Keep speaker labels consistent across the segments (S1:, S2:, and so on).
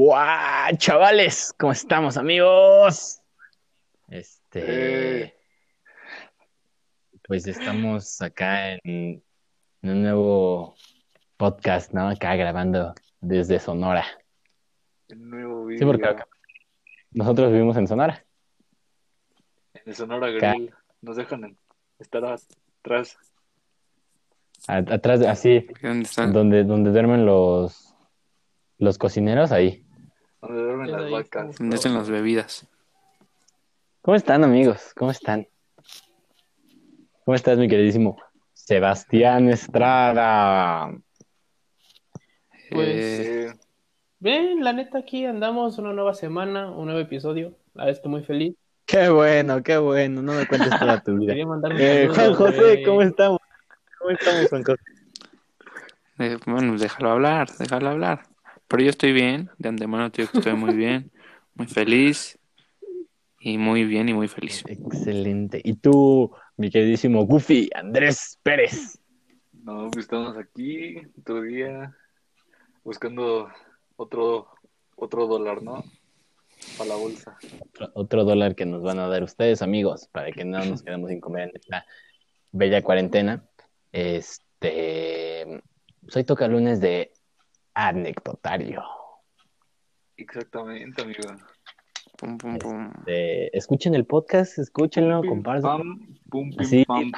S1: ¡Guau! Chavales, ¿cómo estamos, amigos? Este.
S2: Eh.
S1: Pues estamos acá en, en un nuevo podcast, ¿no? Acá grabando desde Sonora.
S2: El nuevo
S1: Sí, porque
S2: vídeo
S1: acá- nosotros vivimos en Sonora.
S2: en el Sonora Grill nos dejan en- estar atrás.
S1: A- atrás, de- así,
S3: ¿Dónde está?
S1: donde, donde duermen los, los cocineros, ahí.
S2: Donde duermen las vacas.
S3: ¿Dónde están las bebidas?
S1: ¿Cómo están, amigos? ¿Cómo están? ¿Cómo estás, mi queridísimo Sebastián Estrada?
S3: Eh,
S2: Eh,
S4: Pues, Bien, la neta, aquí andamos una nueva semana, un nuevo episodio. La verdad, estoy muy feliz.
S1: Qué bueno, qué bueno. No me cuentes toda tu vida.
S4: Quería mandar un
S1: Eh,
S4: saludo,
S1: Juan José,
S4: güey.
S1: ¿cómo estamos? ¿Cómo estamos, Juan José?
S3: eh, bueno, déjalo hablar, déjalo hablar. Pero yo estoy bien, de antemano te digo que estoy muy bien, muy feliz y muy bien y muy feliz.
S1: Excelente. Y tú, mi queridísimo Goofy, Andrés Pérez.
S2: no, pues estamos aquí otro día buscando otro otro dólar, ¿no? Para la bolsa.
S1: Otro, otro dólar que nos van a dar ustedes, amigos, para que no nos quedemos sin comer en esta bella cuarentena. Este. Soy Toca Lunes de Anecdotario.
S2: Exactamente, amigo.
S3: Pum, pum, pum.
S1: Eh, escuchen el podcast, escúchenlo, compártanlo.
S2: Pam, pum, pim,
S1: Así.
S2: pam.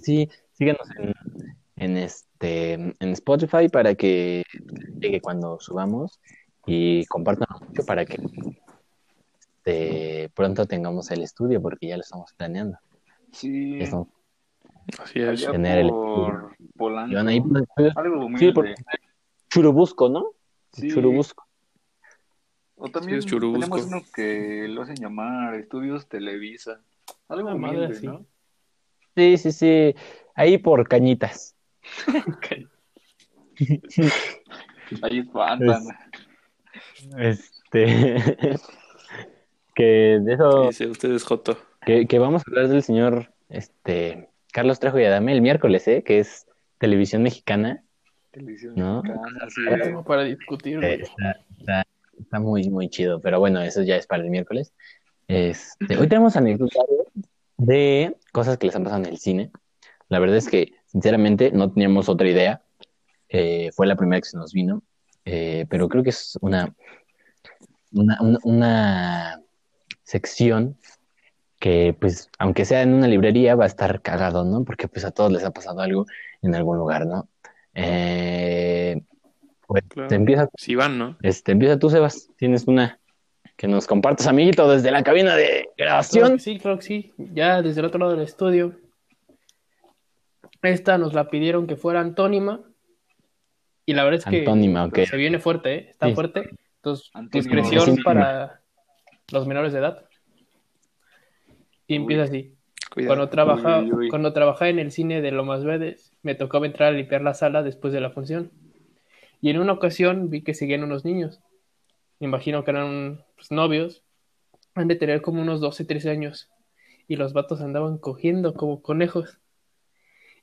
S1: Sí, síganos en, en este en Spotify para que llegue cuando subamos y compartan mucho para que este, pronto tengamos el estudio porque ya lo estamos planeando.
S2: Sí.
S1: Ya estamos-
S3: Así es.
S2: Allá
S1: Tener el-
S2: por Polanco.
S1: y van ahí por-
S2: Algo humilde.
S1: Sí, por- Churubusco, ¿no?
S2: Sí.
S1: Churubusco.
S2: O también
S3: Sí, es Churubusco.
S2: tenemos uno que lo hacen llamar Estudios Televisa. Algo
S4: Ah, madre,
S2: humilde,
S4: sí.
S2: ¿no?
S1: Sí, sí, sí. Ahí por Cañitas.
S2: Ahí espantan.
S1: Este que de eso
S3: ¿Qué dice ustedes, Joto?
S1: Que, que vamos a hablar del señor este, Carlos Trejo y Adame el miércoles, ¿eh? que es televisión mexicana.
S2: Televisión
S1: ¿No? Ah.
S2: mexicana, sí.
S4: Ya tengo para discutir,
S1: Eh,
S4: güey.
S1: está, está- está muy, muy chido, pero bueno, eso ya es para el miércoles. Este, hoy tenemos anécdotas de cosas que les han pasado en el cine. La verdad es que, sinceramente, no teníamos otra idea. Eh, fue la primera que se nos vino, Eh, pero creo que es una, una, una- una sección que, pues, aunque sea en una librería, va a estar cagado, ¿no? Porque, pues, a todos les ha pasado algo en algún lugar, ¿no? Eh, pues,
S3: Claro.
S1: te empieza
S3: Si van, ¿no?
S1: este, empieza tú, Sebas. Tienes una que nos compartas, amiguito, desde la cabina de
S4: Creo que
S1: grabación.
S4: sí, creo que sí. Ya desde el otro lado del estudio. Esta nos la pidieron que fuera antónima. Y la verdad es que
S1: Antónima, ok.
S4: se viene fuerte, ¿eh? Está
S1: Sí.
S4: fuerte. Entonces,
S2: Antónima.
S4: discreción
S1: Sí.
S4: para los menores de edad. Y
S2: Uy.
S4: empieza así.
S3: Cuidado.
S4: Cuando trabajaba,
S2: Uy, uy, uy.
S4: cuando trabajaba en el cine de Lomas Verdes, me tocaba entrar a limpiar la sala después de la función. Y en una ocasión vi que seguían unos niños. Me imagino que eran pues, novios. Han de tener como unos 12, 13 años. Y los vatos andaban cogiendo como conejos.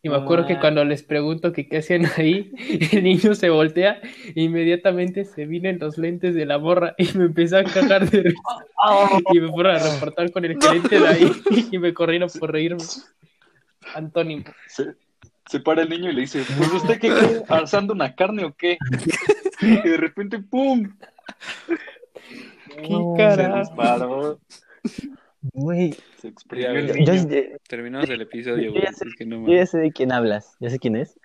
S4: Y me
S2: No
S4: acuerdo que
S2: ma-
S4: cuando les pregunto que qué hacían ahí, el niño se voltea e inmediatamente se vienen los lentes de la borra y me empezó a cagar de risa. Y me fueron a reportar con el gerente de ahí y me corrieron por reírme. Antónimo.
S2: Se, se para el niño y le dice, pues usted qué cree, alzando una carne o qué? Y de repente, ¡pum!
S4: ¡Qué
S2: Se
S4: carajo!
S2: disparó,
S1: Güey,
S2: se exprimió el
S1: yo,
S2: niño.
S1: yo- yo
S3: Terminamos el episodio,
S1: Yo
S3: güey.
S1: ya sé-
S3: es que no
S1: ya sé de quién hablas. Ya sé quién es.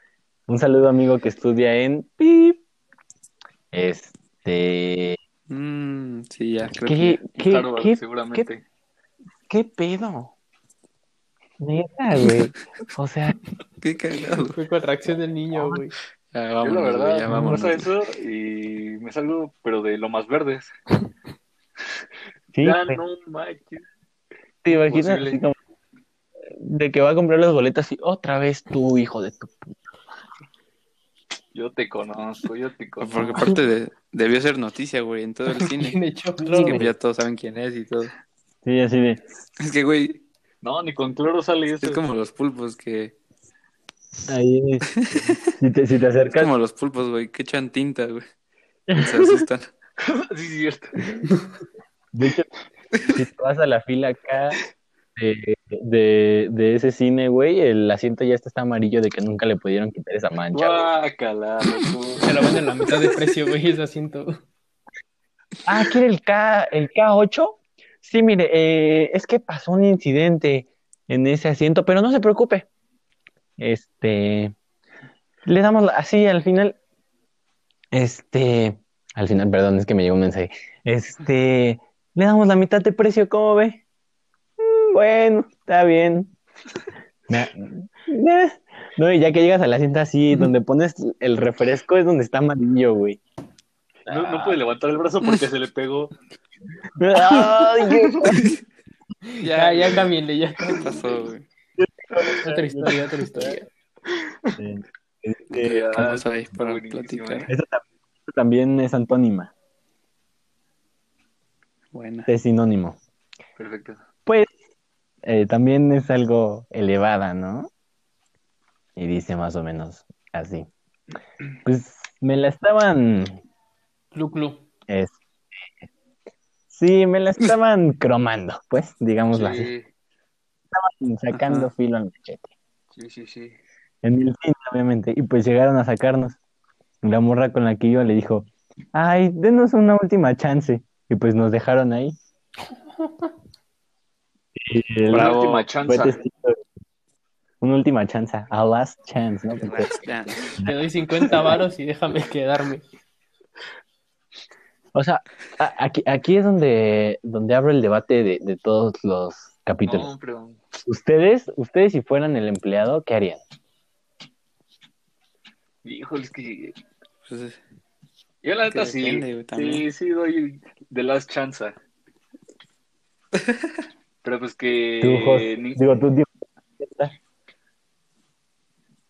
S1: Un saludo, amigo, que estudia en PIP. Este.
S3: Mm, sí, ya, creo
S1: ¿Qué,
S3: que
S1: qué,
S2: Harvard,
S1: qué,
S2: seguramente.
S1: qué pedo? Neta, güey. O sea,
S3: Qué cagado.
S4: Fue con reacción del niño, güey.
S3: Ya,
S2: Yo la
S3: vámonos,
S2: verdad,
S3: güey, ya,
S2: me
S3: vámonos.
S2: pasa eso y me salgo, pero de lo más verdes.
S1: sí,
S2: ya
S1: güey.
S2: no manches.
S1: te imaginas
S2: imposible.
S1: así como de que va a comprar las boletas y otra vez tú, hijo de tu
S2: Yo te conozco, yo te
S3: Porque
S2: conozco.
S3: aparte de- debió ser noticia, güey, en todo el
S4: ¿Quién
S3: cine.
S4: echó
S3: Es
S4: cloro?
S3: que ya todos saben quién es y todo.
S1: Sí, así de.
S3: Es que, güey,
S2: No, ni con cloro sale eso.
S3: es como los pulpos que...
S1: Ahí. Si te, si te
S3: Es
S1: acercas.
S3: como los pulpos, güey, que echan tinta, güey. Se asustan.
S2: Sí, es cierto.
S1: De hecho, si te vas a la fila acá de, de- de ese cine, güey, el asiento ya está, está amarillo de que nunca le pudieron quitar esa mancha. güey.
S2: Guácala,
S4: Se
S2: loco.
S4: lo venden a la mitad de precio, güey, ese asiento.
S1: Ah, ¿quiere el K, el K8? Sí, mire, eh, es que pasó un incidente en ese asiento, pero no se preocupe. Este, le damos la- así al final. Este, al final, perdón, es que me llegó un mensaje. Este, le damos la mitad de precio, ¿cómo ve? "Mm, bueno, está bien. Me- eh. No, y ya que llegas a la asiento así, donde pones el refresco es donde está amarillo, güey.
S2: No, no puede levantar el brazo porque se le pegó.
S1: Ay, qué-
S4: Ya, ya cámbienle, ya.
S3: ¿Qué pasó, güey?
S4: Otra historia, otra historia.
S1: Eh,
S3: Estamos ahí para
S2: buenísimo, eh.
S3: platicar.
S1: eso tam- eso también es antónima,
S3: Buena.
S1: es sinónimo.
S2: Perfecto.
S1: Pues eh, también es algo elevada, ¿no? Y dice más o menos así. Pues me la estaban,
S4: Clu, clu.
S1: es- sí, me la estaban cromando, pues, digámoslo así,
S2: Sí,
S1: sacando
S3: Ajá.
S1: filo al machete.
S2: sí, sí, sí.
S1: En el cine, obviamente. Y pues llegaron a sacarnos. La morra con la que iba le dijo, ay, denos una última chance. Y pues nos dejaron ahí. Y el-
S2: Una
S3: Bravo.
S2: última
S1: fue
S2: chanza.
S1: testigo de- Una última chance, a last chance, ¿no? Porque
S3: Last dance.
S4: Te doy 50 varos y déjame quedarme.
S1: O sea, a- aquí, aquí es donde, donde abro el debate de, de todos los capítulos.
S2: No, pero
S1: Ustedes, ustedes si fueran el empleado, ¿qué harían?
S2: híjole, es que
S3: Pues,
S2: yo la neta
S3: Que depende,
S2: sí,
S3: güey,
S2: sí,
S3: también.
S2: sí doy de las chanza. Pero pues
S4: Eh,
S2: que
S1: Tú, Jos,
S2: ni-
S1: digo, tú, digo,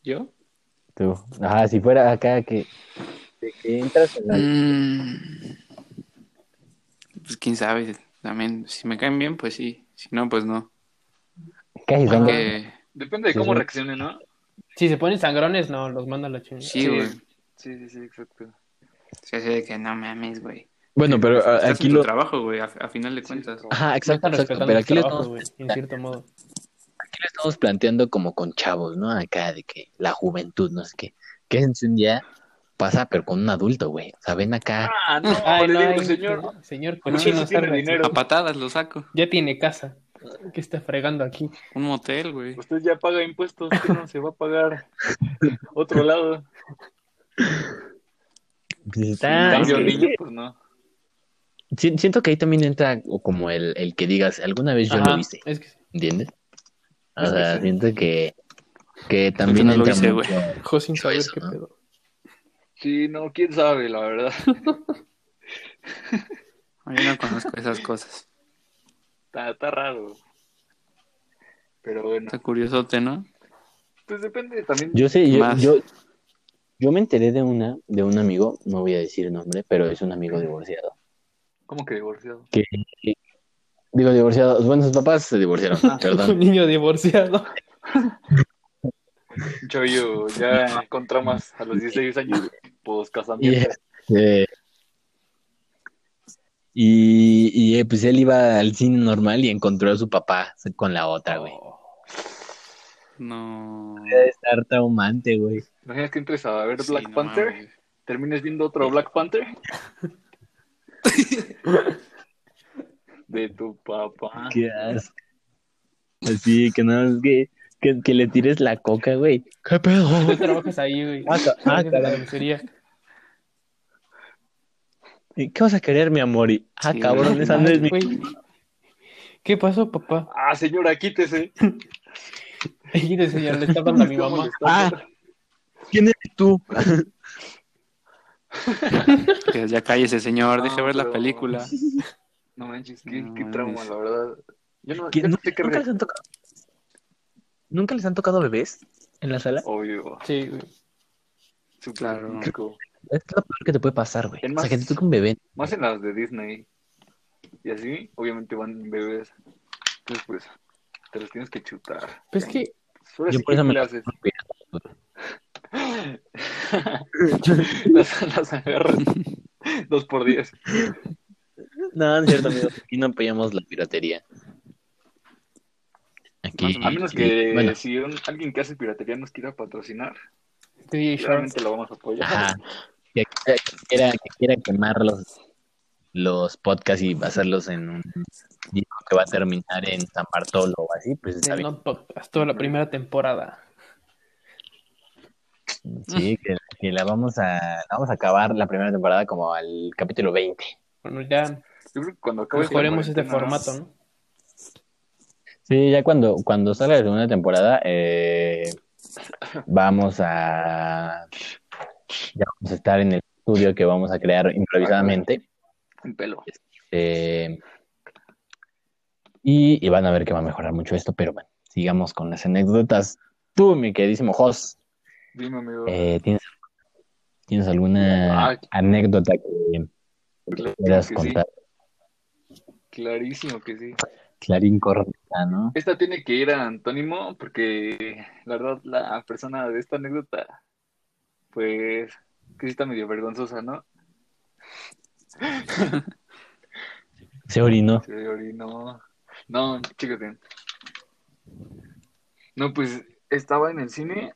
S3: ¿Yo?
S1: tú. Ajá, si fuera acá que, de que entras en la...
S3: eh, Mm, Pues quién sabe. También, si me caen bien, pues sí. Si no, pues no.
S1: Casi son-
S3: Porque
S2: depende de
S1: Sí,
S2: cómo
S1: sí.
S2: reaccione, ¿no?
S4: Si se ponen sangrones, no, los manda a la chingada.
S3: sí, güey.
S2: Sí, sí, sí, exacto.
S3: Se hace de que no mames, güey.
S1: Bueno, pero
S3: Estás
S1: a-
S3: en
S1: Ah, aquí
S3: tu
S1: lo.
S3: trabajo, güey, a, a final de cuentas.
S1: Ajá,
S4: No
S1: exacto,
S4: están
S1: exacto,
S4: respetando
S1: Pero
S4: el
S1: aquí lo,
S4: trabajo,
S1: estamos,
S4: güey, en cierto modo.
S1: aquí lo estamos planteando como con chavos, ¿no? Acá de que la juventud, no sé qué. Quédense un día, pasa, pero con un adulto, güey. O sea, ven acá.
S2: Ah, no,
S4: Ay,
S2: le
S4: no,
S2: digo,
S4: ay,
S2: señor,
S4: Señor,
S2: no,
S4: cochino,
S2: no tiene
S4: sálgase.
S2: dinero.
S3: A patadas lo saco.
S4: Ya tiene casa. ¿Qué está fregando aquí?
S3: Un motel, güey.
S2: Usted ya paga impuestos, ¿qué no se va a pagar otro lado?
S1: pues, está-
S3: Ah,
S2: En
S3: sí.
S2: cambio, niño, pues no.
S1: Si- Siento que ahí también entra o como el, el que digas, alguna vez yo
S4: Ajá,
S1: lo hice,
S4: Es que
S1: ¿entiendes? O
S2: Es que
S1: sea,
S2: sí.
S1: siento que, que también
S3: no lo
S1: entra
S3: hice,
S1: mucho.
S4: dejó sin saber
S1: Eso,
S4: qué
S1: ¿no?
S4: pedo.
S2: Sí, no, quién sabe, la verdad.
S3: Ay, Yo no conozco esas cosas.
S2: Está, está raro. Pero bueno,
S3: Está curiosote, ¿no?
S2: pues depende también.
S1: Yo sé, yo,
S3: Más.
S1: yo, yo me enteré de una, de un amigo, no voy a decir nombre, pero es un amigo divorciado.
S2: ¿Cómo que divorciado?
S1: Digo, divorciados. Bueno, sus papás se divorciaron,
S4: Un
S1: Ah, perdón.
S4: niño divorciado.
S2: Un Chavillo, ya con traumas a los 16 años, pues
S1: Y,
S2: casamiento.
S1: este, y, y, eh, pues él iba al cine normal y encontró a su papá con la otra, güey.
S3: No.
S1: Debe estar traumante, güey.
S2: Imaginas que entres a ver
S3: Sí,
S2: Black
S3: no
S2: Panther,
S3: mames.
S2: termines viendo otro Black Panther. De tu papá.
S1: Qué asco. Así que no, es que, que, que le tires la coca, güey. ¿Qué pedo?
S4: Tú trabajas ahí, güey.
S1: Ah, ca- ah,
S4: Trabajas en la
S1: caray.
S4: dulcería.
S1: ¿Qué vas a querer, mi amor? Y, ah,
S3: Sí,
S1: cabrón,
S3: güey.
S1: esa no es mi...
S4: Güey. ¿Qué pasó, papá?
S2: Ah, señora, quítese.
S4: Y de señor, le está dando a mi
S2: Está
S4: mamá.
S2: molestando.
S1: Ah, ¿quién eres tú?
S3: Que ya cállese, señor.
S2: No,
S3: Deje ver la
S2: pero-
S3: película.
S2: No manches, qué,
S3: No
S2: qué
S3: mames.
S2: trauma, la verdad. Yo no,
S1: ¿Qué-
S2: yo no
S1: nu-
S2: sé qué
S1: ¿Nunca
S2: re-
S1: les han tocado? ¿Nunca les han tocado bebés en la sala?
S2: Obvio,
S4: Sí, güey.
S2: súper
S3: Claro.
S2: rico.
S1: Es lo peor que te puede pasar, güey.
S2: Es
S1: O sea, que
S2: más-
S1: te toque un bebé.
S2: Más en las de Disney. Y así, obviamente van bebés. Entonces, pues, te los tienes que chutar.
S4: Pues es que
S2: Ahora
S1: Yo
S2: sí
S1: por
S2: que
S1: eso me
S2: le
S1: la-
S2: haces. las, las agarras. Dos por diez.
S1: No, no es cierto, amigo. Aquí no apoyamos la piratería. Aquí.
S2: A menos que
S1: Bueno,
S2: si un- alguien que hace piratería nos quiera patrocinar,
S4: DJ Sharks.
S2: claramente lo vamos a apoyar.
S1: ajá. Que quiera, que quiera- que quiera quemar los, los podcasts y hacerlos en un disco que va a terminar en San Bartolo o así, pues está
S4: del
S1: bien.
S4: Not Podcast, toda la primera temporada.
S1: Sí, que, que la vamos a, la vamos a acabar la primera temporada como al capítulo 20.
S4: Bueno, ya
S2: Yo creo que cuando acabe esta
S4: mejoremos este
S2: cuarentena,
S4: formato, ¿no?
S1: Sí, ya cuando, cuando salga la segunda temporada, eh, vamos a. Ya vamos a estar en el estudio que vamos a crear improvisadamente.
S2: En pelo.
S1: eh, y, y van a ver que va a mejorar mucho esto, pero bueno, sigamos con las anécdotas. Tú, mi queridísimo Jos,
S2: Dime, amigo.
S1: eh, ¿tienes, ¿tienes alguna
S2: Ay.
S1: anécdota que
S2: Claro
S1: quieras
S2: que sí.
S1: contar?
S2: Clarísimo que sí.
S1: Clarín correcta, ¿no?
S2: Esta tiene que ir a antónimo porque la verdad la persona de esta anécdota, pues, que sí está medio vergonzosa, ¿no?
S1: Se orinó.
S2: Se orinó. No, chécate. No, pues estaba en el cine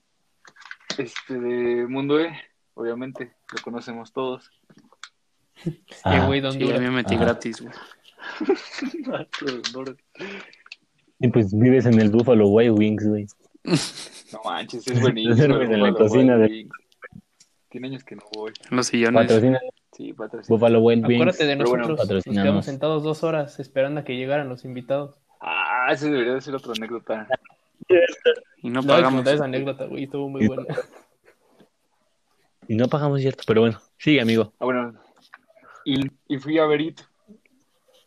S2: este de Mundo E, obviamente, lo conocemos todos.
S4: Eh,
S1: Ah,
S4: güey, de
S3: Sí,
S4: Honduras.
S3: a mí me metí
S1: Ah.
S3: gratis, güey.
S1: y pues vives en el Buffalo Wild Wings, güey.
S2: No manches, es buenísimo.
S1: Sirves en la
S2: Buffalo
S1: cocina
S2: Wild Wings. Tiene años que no voy.
S3: En los sillones.
S1: Patrocina
S2: Sí, patrocinio.
S1: Buffalo Wild Wings.
S4: Acuérdate de
S2: Pero bueno,
S4: nosotros, nos
S1: patrocínanos.
S4: quedamos sentados dos horas esperando a que llegaran los invitados.
S2: Ah, eso debería de ser otra anécdota.
S3: Y no
S4: No, hay que
S3: pagamos.
S4: contar esa anécdota, güey, estuvo muy buena.
S1: Y no pagamos cierto, pero bueno, sigue, amigo.
S2: Ah, bueno. Y, y fui a ver It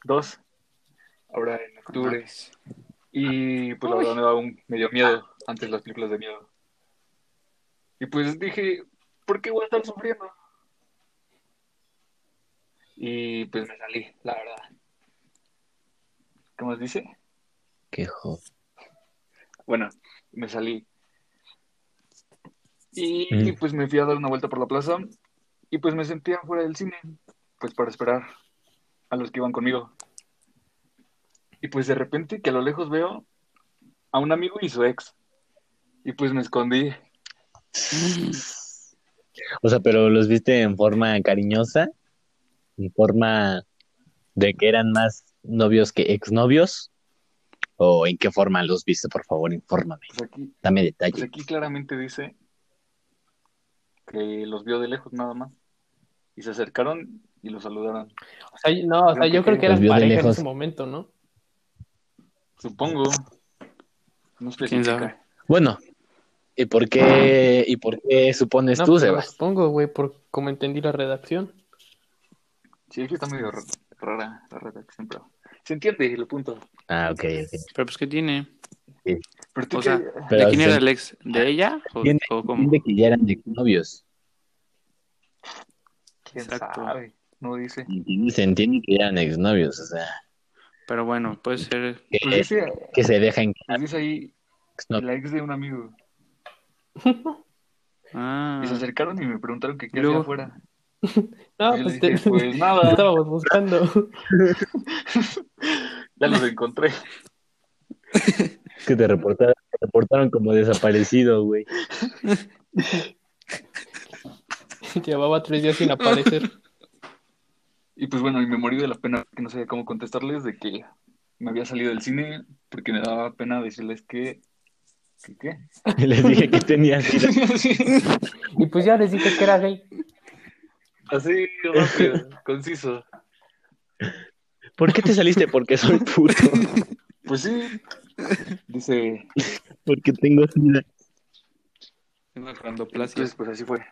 S2: 2, ahora en octubre. Y pues la verdad me daba un medio miedo antes las películas de miedo. Y pues dije, ¿por qué voy a estar sufriendo? Y pues me salí, la verdad. ¿Cómo se dice?
S1: Qué joder.
S2: Bueno, me salí. Y,
S1: Mm.
S2: y, pues me fui a dar una vuelta por la plaza y pues me sentía fuera del cine, pues para esperar a los que iban conmigo. Y pues de repente que a lo lejos veo a un amigo y su ex. Y pues me escondí.
S1: O sea, pero los viste en forma cariñosa, en forma de que eran más novios que exnovios, o en qué forma los viste, por favor, infórmame,
S2: Pues aquí,
S1: dame
S2: pues
S1: detalle.
S2: aquí claramente dice que los vio de lejos nada más. Y se acercaron y los saludaron.
S4: O sea, no, o sea, yo creo que
S1: Los
S4: eran
S1: vio de
S4: pareja en
S1: lejos.
S4: ese momento, ¿no?
S2: Supongo. No especifica.
S3: ¿Quién sabe?
S1: Bueno, ¿y por qué, y por qué supones
S4: No,
S1: tú,
S4: pues, no
S1: Sebas?
S4: supongo, güey, por como entendí la redacción.
S2: Sí, aquí está medio ra- rara la redacción, pero se entiende el punto.
S1: Ah, ok, ok.
S3: Pero pues, ¿qué tiene?
S2: Pero tú
S3: O
S2: qué- Ah.
S3: sea,
S1: Pero
S3: ¿De quién
S1: se
S3: era el ex? ¿De ella? ¿O,
S1: entiende-
S3: o cómo?
S1: entiende que ya eran exnovios.
S2: quién
S3: exacto.
S2: sabe, no dice.
S1: Entiende- Se entiende que ya eran exnovios, o sea,
S3: Pero bueno, puede ser.
S1: que,
S2: Pues dice,
S1: que se dejan
S2: pues dice ahí
S1: exnovios.
S2: la ex de un amigo.
S3: Ah,
S2: Y se acercaron y me preguntaron que qué
S3: Y luego-
S2: hacía afuera.
S4: No,
S2: Y yo
S4: pues,
S2: le dije,
S4: te-
S2: pues
S4: te
S2: nada,
S4: estábamos buscando.
S2: ya los encontré.
S1: que te reportaron, te reportaron como desaparecido, güey.
S4: Llevaba tres días sin aparecer.
S2: Y pues bueno, y me morí de la pena que no sabía cómo contestarles de que me había salido del cine porque me daba pena decirles que... ¿Que qué?
S1: Les dije que tenía sida.
S4: Y pues ya les dije que era gay.
S2: Así, rápido, conciso.
S1: ¿Por qué te saliste? Porque soy puto.
S2: Pues sí, dice...
S1: Porque tengo sida.
S3: tengo acrondoplasia.
S2: Entonces, pues así fue.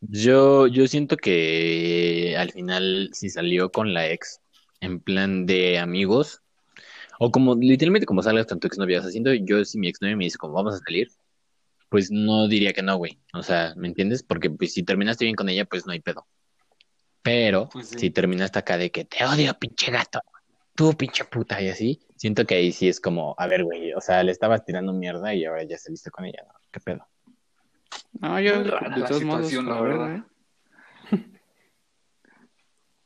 S1: Yo, yo siento que al final si salió con la ex en plan de amigos, o como literalmente como salgas con tu exnovia, o sea, siento yo si mi exnovia me dice como vamos a salir, pues no diría que no, güey. O sea, ¿me entiendes? Porque pues, si terminaste bien con ella, pues no hay pedo. Pero
S2: Pues sí.
S1: si terminaste acá de que te odio, pinche gato, tú pinche puta y así, siento que ahí sí es como, a ver, güey, o sea, le estabas tirando mierda y ahora ya saliste con ella, ¿no? ¿Qué pedo?
S3: No, yo de
S2: La
S3: todos modos, ¿eh?
S2: situación, la
S3: a ver,
S2: verdad.
S3: güey.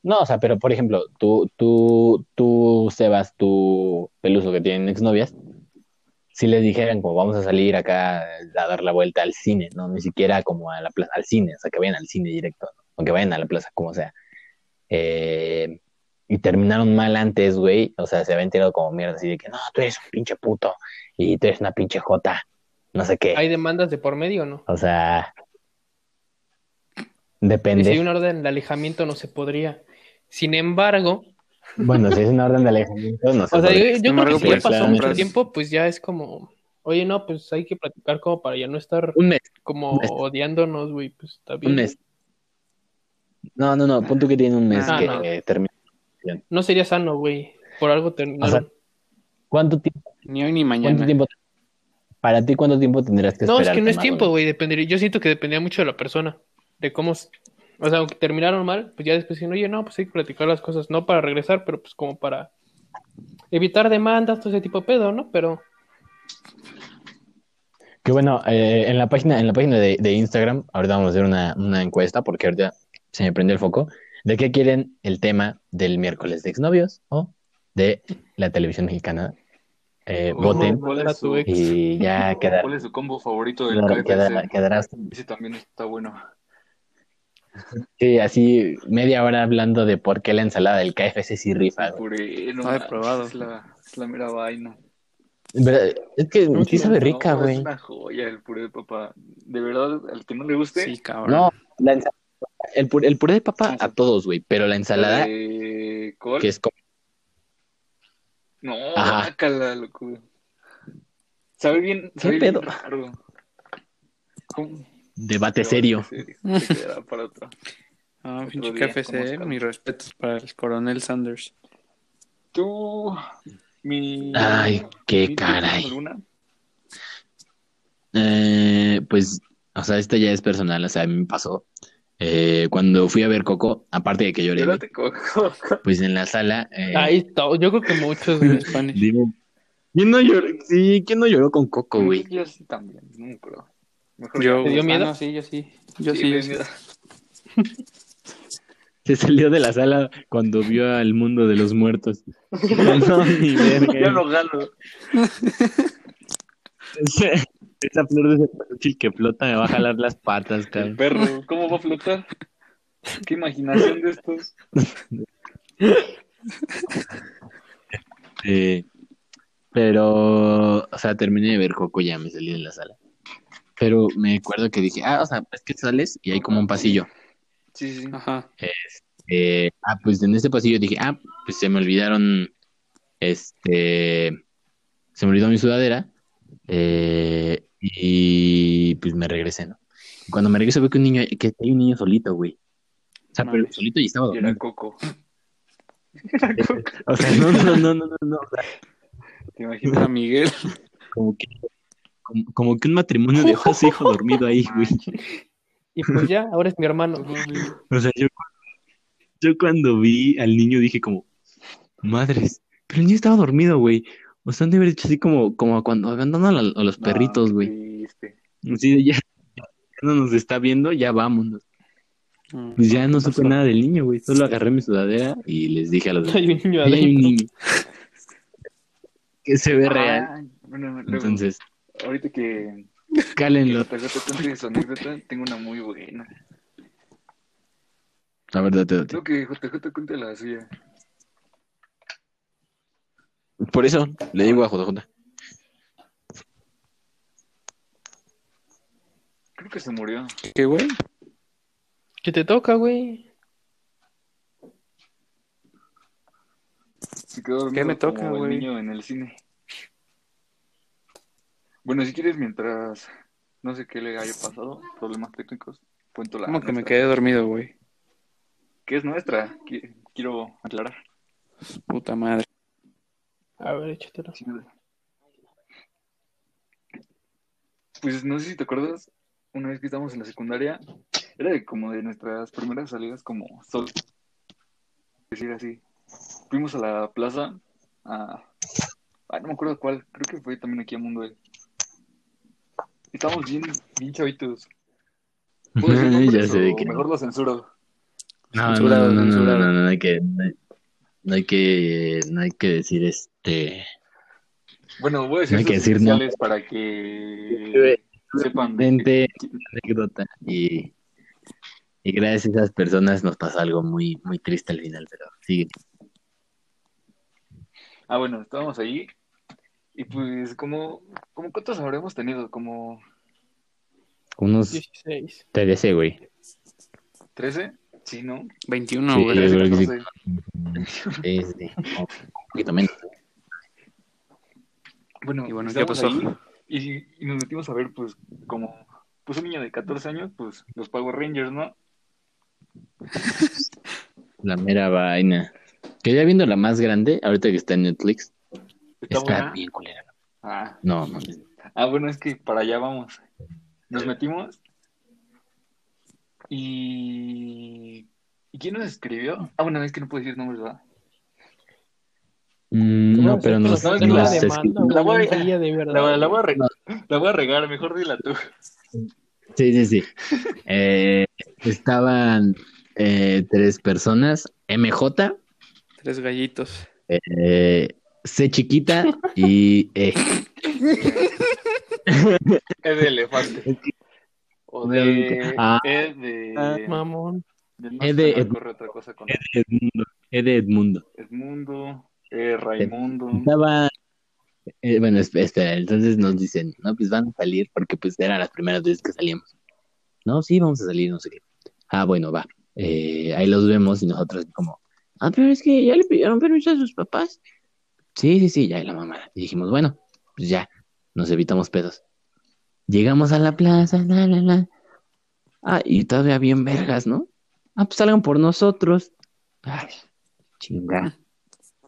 S1: No, o sea, pero por ejemplo, tú, tú, tú, Sebas, tú, Peluso, que tienen exnovias, si les dijeran como vamos a salir acá a dar la vuelta al cine, ¿no? Ni siquiera como a la plaza, al cine, o sea, que vayan al cine directo, ¿no? o que vayan a la plaza, como sea. Eh, y terminaron mal antes, güey, o sea, se habían tirado como mierda, así de que no, tú eres un pinche puto, y tú eres una pinche jota, no sé qué.
S4: ¿Hay demandas de por medio o no?
S1: O sea,
S4: Y
S1: depende.
S4: si hay una orden de alejamiento no se podría. Sin embargo,
S1: Bueno, si es una orden de alejamiento, no sé.
S4: o sea,
S1: por
S4: yo,
S1: qué.
S4: yo
S3: Sin
S4: creo
S3: embargo,
S4: que si ya
S1: pues,
S4: pasó
S1: la
S4: mucho
S1: neta-
S4: tiempo, pues ya es como, oye, no, pues hay que platicar como para ya no estar
S1: Un mes.
S4: como
S1: un mes.
S4: odiándonos, güey, pues está bien.
S1: Un mes. No, no, no, pon tú que tiene un mes
S3: Ah,
S1: que
S4: no.
S1: eh, termina.
S4: No sería sano, güey. Por algo terminaron.
S1: ¿Cuánto tiempo,
S3: Ni hoy ni
S1: cuánto
S3: mañana. ¿eh?
S1: tiempo? Para ti, ¿cuánto tiempo tendrías que
S4: no,
S1: esperar?
S4: es que no es tiempo, güey. Dependería. Yo siento que dependía mucho de la persona. De cómo. s- O sea, aunque terminaron mal, pues ya después dicen, oye, no, pues hay que platicar las cosas. No para regresar, pero pues como para evitar demandas, todo ese tipo de pedo, ¿no? Pero.
S1: Que bueno, eh, en la página, en la página de, de Instagram, ahorita vamos a hacer una, una encuesta porque ahorita se me prende el foco. ¿De qué quieren el tema del miércoles de exnovios o de la televisión mexicana? Eh,
S2: ¿Cómo-
S1: voten
S2: ¿Cuál
S4: Era
S2: es
S4: tu
S2: su,
S4: ex.
S1: y ya quedar,
S2: cuál es su combo favorito del E
S1: quedar- quedar-
S2: KFC?
S1: quedarás
S2: Ese también está bueno.
S1: sí, así media hora hablando de por qué la ensalada del KFC sí rifa. güey.
S2: Puré, no
S3: No he
S2: manches,
S3: probado.
S2: Es la, es la mera vaina.
S1: Pero es que sí sabe rica,
S2: No,
S1: güey.
S2: Es una joya el puré de papá. De verdad, al que no le guste.
S3: Sí, cabrón.
S1: No, la ensa- el, puré, el puré de papa a todos, güey, pero la ensalada
S2: eh, col.
S1: que es como...
S2: No,
S1: Ajá.
S2: guácala, loco. Sabe bien, sabe
S1: ¿Qué
S2: bien
S1: pedo?
S2: raro. ¿Cómo?
S1: Debate serio.
S2: Se quedará para otro.
S3: Ah,
S2: Otro
S3: pinche
S2: día, ¿cómo
S3: KFC,
S2: estamos?
S3: mis respetos para el coronel Sanders.
S2: Tú, mi.
S1: Ay,
S2: mi-
S1: qué
S2: ¿tienes
S1: caray.
S2: alguna?
S1: Eh, pues, o sea, esto ya es personal, o sea, a mí me pasó. Eh, cuando fui a ver Coco, aparte de que lloré, güey,
S2: Espérate, cojo.
S1: pues en la sala... eh,
S4: Ahí está. Yo creo que muchos, güey.
S3: En Spanish.
S1: dime, ¿Quién no lloró? Sí, ¿quién no lloró con Coco, güey?
S2: Yo sí también, no me acuerdo. Mejor
S3: Yo,
S4: ¿Te dio
S3: ah,
S4: miedo?
S3: no, sí, yo sí. Yo sí,
S2: Sí,
S3: yo
S2: me-
S3: sí.
S1: Se salió de la sala cuando vio al mundo de los muertos. No, ni verga.
S2: Ya no gano.
S1: Ese- Esa flor de cempasúchil que flota me va a jalar las patas,
S2: El
S1: cabrón.
S2: perro, ¿cómo va a flotar? ¿Qué imaginación de estos?
S1: Eh, pero, o sea, terminé de ver Coco y ya me salí de la sala. Pero me acuerdo que dije, ah, o sea, es que sales y hay como un pasillo.
S2: Sí, sí.
S3: Ajá.
S1: Eh, ah, pues en ese pasillo dije, ah, pues se me olvidaron, este, se me olvidó mi sudadera. eh, y pues me regresé, ¿no? Cuando me regreso veo que un niño, que hay un niño solito, güey. O sea, pero
S3: Mames.
S1: solito y estaba
S2: Y
S1: dormido.
S2: era Coco. Era Coco.
S1: O sea, no, no, no, no, no, no. o sea,
S2: ¿Te imaginas?
S3: Era Miguel.
S1: como que, como, como que un matrimonio dejó a su hijo dormido ahí, güey.
S4: Y pues ya, ahora es mi hermano.
S1: O sea, yo, yo cuando vi al niño dije como, madres, pero el niño estaba dormido, güey. O sea, han de haber hecho así como, como cuando abandonan a, a los perritos,
S2: No,
S1: güey.
S2: triste.
S1: Así de ya, ya no nos está viendo, ya vámonos.
S3: Mm.
S1: Pues ya no
S3: Pasó.
S1: supe nada del niño, güey. Solo agarré mi sudadera y les dije a los demás,
S4: Hay un niño
S1: "Ahí hay un
S4: adentro.
S1: niño que se ve real.
S2: Ah, bueno, luego,
S1: Entonces,
S2: ahorita que
S1: cálenlo.
S2: te cuente su anécdota, tengo una muy buena.
S1: La verdad, te
S2: Creo que JJ cuente la suya.
S1: Por eso le digo a JJ.
S2: Creo que se murió.
S3: ¿Qué, güey?
S4: Que te toca, güey.
S2: Se quedó dormido
S3: ¿Qué me toca,
S2: como el
S3: güey?
S2: niño en el cine. Bueno, si quieres, mientras no sé qué le haya pasado, problemas técnicos, cuento la
S3: ¿Cómo que me
S2: nuestra.
S3: quedé dormido, güey?
S2: Que es nuestra, qui- quiero aclarar.
S3: Puta madre.
S4: A ver, échatelo.
S2: Pues no sé si te acuerdas, una vez que estábamos en la secundaria, era de como de nuestras primeras salidas como sol. Decir así. Fuimos a la plaza, a... ah, no me acuerdo cuál, creo que fue también aquí a Mundo Del. Estamos bien, bien chavitos. ¿Puedo decir
S1: ya
S2: nombres
S1: sé de
S2: o
S1: qué.
S2: Mejor lo censuro.
S1: No, no,
S3: Censurado,
S1: no, no, no,
S3: censurado.
S1: no, no, no hay que, no hay- no hay que, no hay que decir este.
S2: Bueno, voy a decir
S1: No hay
S2: sus
S1: que decir
S2: iniciales para que sepan.
S1: Vente, anécdota. Y, y gracias a esas personas nos pasó algo muy, muy triste al final, pero sigue.
S2: Ah, bueno, estábamos ahí. Y pues, como, como ¿cuántos habremos tenido? Como
S1: Unos
S4: 16.
S1: TDC, güey.
S2: 13, sí, ¿no?
S3: 21,
S1: Sí,
S3: güey.
S1: yo creo que sí.
S2: 14.
S1: Sí, sí, sí. Un poquito menos.
S2: Bueno,
S3: Y bueno, ¿qué
S2: estábamos
S3: pasó?
S2: ahí y, y nos metimos a ver, pues, como, pues un niño de 14 años, pues, los Power Rangers, ¿no?
S1: La mera vaina. Que ya viendo la más grande, ahorita que está en Netflix,
S2: Está
S1: está
S2: buena.
S1: bien culera.
S2: Ah,
S1: No, mames.
S2: ah, bueno, es que para allá vamos. Nos metimos. Y... ¿Y quién nos escribió? Ah, bueno, es que no puedo decir nombres, ¿verdad?
S1: Mm, no, pero nos,
S2: No,
S1: nos,
S2: es que la
S1: es-
S4: demanda,
S2: La
S4: güey,
S2: voy-
S4: un día de verdad.
S2: La, la voy a re- la voy a regar, mejor dila tú.
S1: Sí, sí, sí. Eh, estaban eh, tres personas, MJ,
S3: Tres gallitos.
S1: eh, C chiquita y E.
S2: Es E de elefante. O de...
S1: Ah.
S2: Es de...
S4: Ah, mamón.
S2: de-
S1: Es
S2: no
S1: de-
S2: sé, me ocurre otra cosa con
S1: Edmundo. E de Edmundo.
S2: Edmundo, eh, Raimundo.
S1: Estaba, eh, bueno, esp- espera, entonces nos dicen, no, pues van a salir porque pues eran las primeras veces que salíamos. No, sí, vamos a salir, no sé qué. Ah, bueno, va. Eh, ahí los vemos y nosotros como, ah, pero es que ya le pidieron permiso a sus papás. Sí, sí, sí, ya y la mamá. Y dijimos, bueno, pues ya, nos evitamos pedos. Llegamos a la plaza, la, la, la. Ah, y todavía bien vergas, ¿no? Ah, pues salgan por nosotros. Ay, chingada.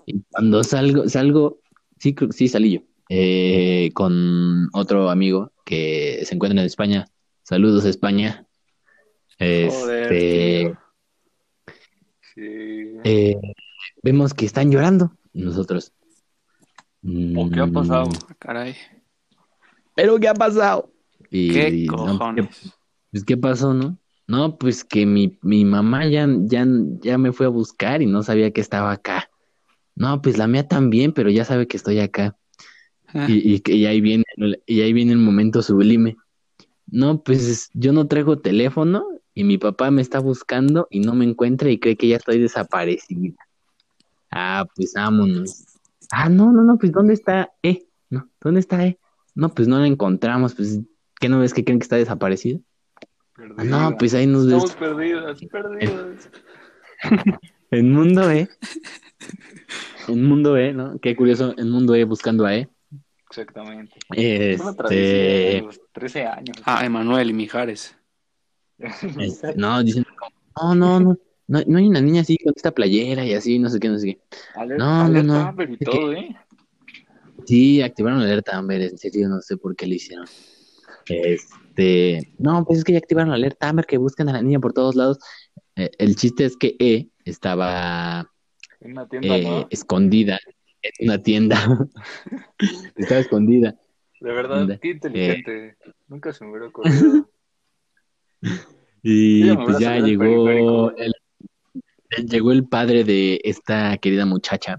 S1: Y cuando salgo, salgo, sí, creo- sí salí yo, eh, con otro amigo que se encuentra en España. Saludos, España.
S2: Joder,
S1: Este,
S2: tío. Sí.
S1: eh, vemos que están llorando nosotros.
S2: ¿O qué ha
S1: Mm,
S2: pasado?
S3: Ah, Caray.
S1: ¿Pero qué ha pasado? Y,
S3: ¿Qué
S1: y no,
S3: cojones?
S1: pues, ¿qué pasó, no? No, pues que mi, mi mamá ya, ya, ya me fue a buscar y no sabía que estaba acá. No, pues la mía también, pero ya sabe que estoy acá.
S3: Ah,
S1: Y, y, que- y ahí viene, y ahí viene el momento sublime. No, pues yo no traigo teléfono y mi papá me está buscando y no me encuentra y cree que ya estoy desaparecida. Ah, pues vámonos. Ah, no, no, no, pues ¿dónde está E? No, ¿dónde está E? No, pues no la encontramos, pues ¿qué no ves que creen que está desaparecida? Ah, no,
S2: Perdida.
S1: pues ahí nos
S2: Estamos
S1: ves.
S2: perdidas, perdidas.
S1: En mundo E. En mundo E, ¿no? Qué curioso, en mundo E buscando a E.
S2: Exactamente. Es una travesía ¿eh? de
S1: Este,
S2: los 13 años.
S3: Ah, Emanuel y Mijares.
S1: Este, no, dicen, no, no, no, no, no hay una niña así con esta playera y así, no sé qué, no sé qué.
S2: Aler-
S1: no, no,
S2: alerta
S1: no.
S2: Amber y
S1: Es que-
S2: todo, ¿eh?
S1: Sí, activaron la alerta Amber, en serio, no sé por qué lo hicieron. Este, no, pues es que ya activaron la alerta Amber, que buscan a la niña por todos lados. Eh, el chiste es que E estaba
S2: En una tienda,
S1: eh,
S2: ¿no?
S1: escondida en una tienda. estaba escondida.
S2: De verdad,
S1: de-
S2: qué inteligente. Nunca se me hubiera ocurrido.
S1: Y
S2: Sí, me
S1: pues
S2: habrá
S1: ya
S2: salido el
S1: llegó
S2: periférico.
S1: el, llegó el padre de esta querida muchacha.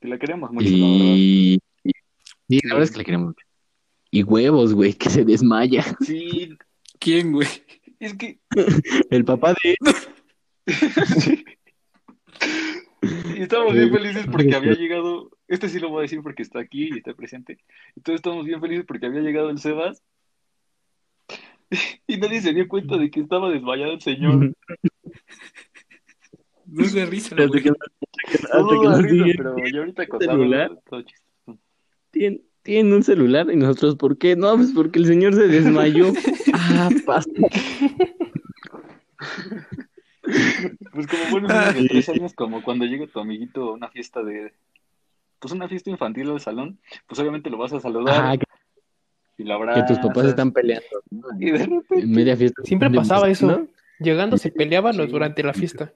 S2: Te la queremos mucho,
S1: Y... y- Sí, la verdad es que le queremos mucho. Y huevos, güey, que se desmaya.
S2: la verdad. Sí,
S3: ¿Quién, güey?
S2: es que,
S1: El papá de...
S2: y estábamos bien felices porque había llegado, este sí lo voy a decir porque está aquí y está presente. Entonces estamos bien felices porque había llegado el Sebas. Y nadie se dio cuenta de que estaba desmayado el señor.
S3: No es de risa,
S1: Hasta
S3: güey.
S1: que-
S2: Todo
S1: hasta que
S2: da
S1: nos
S2: risa,
S1: digan,
S2: pero yo ahorita
S1: celular?
S2: contaba todo chistoso.
S1: "Tien- Tienen un celular y nosotros, ¿por qué? No, pues porque el señor se desmayó. ah, pasa.
S2: Pues como buenos niños
S1: Ah,
S2: de tres años, como cuando llega tu amiguito a una fiesta de, pues una fiesta infantil al salón, pues obviamente lo vas a saludar
S1: Ah, que,
S2: y lo
S1: que
S2: abrazas.
S1: tus papás están peleando. ¿no?
S2: Y de repente,
S1: En media fiesta.
S4: Siempre
S1: De-
S4: pasaba eso.
S1: ¿no?
S4: Llegando se peleaban
S2: Sí.
S4: durante la fiesta.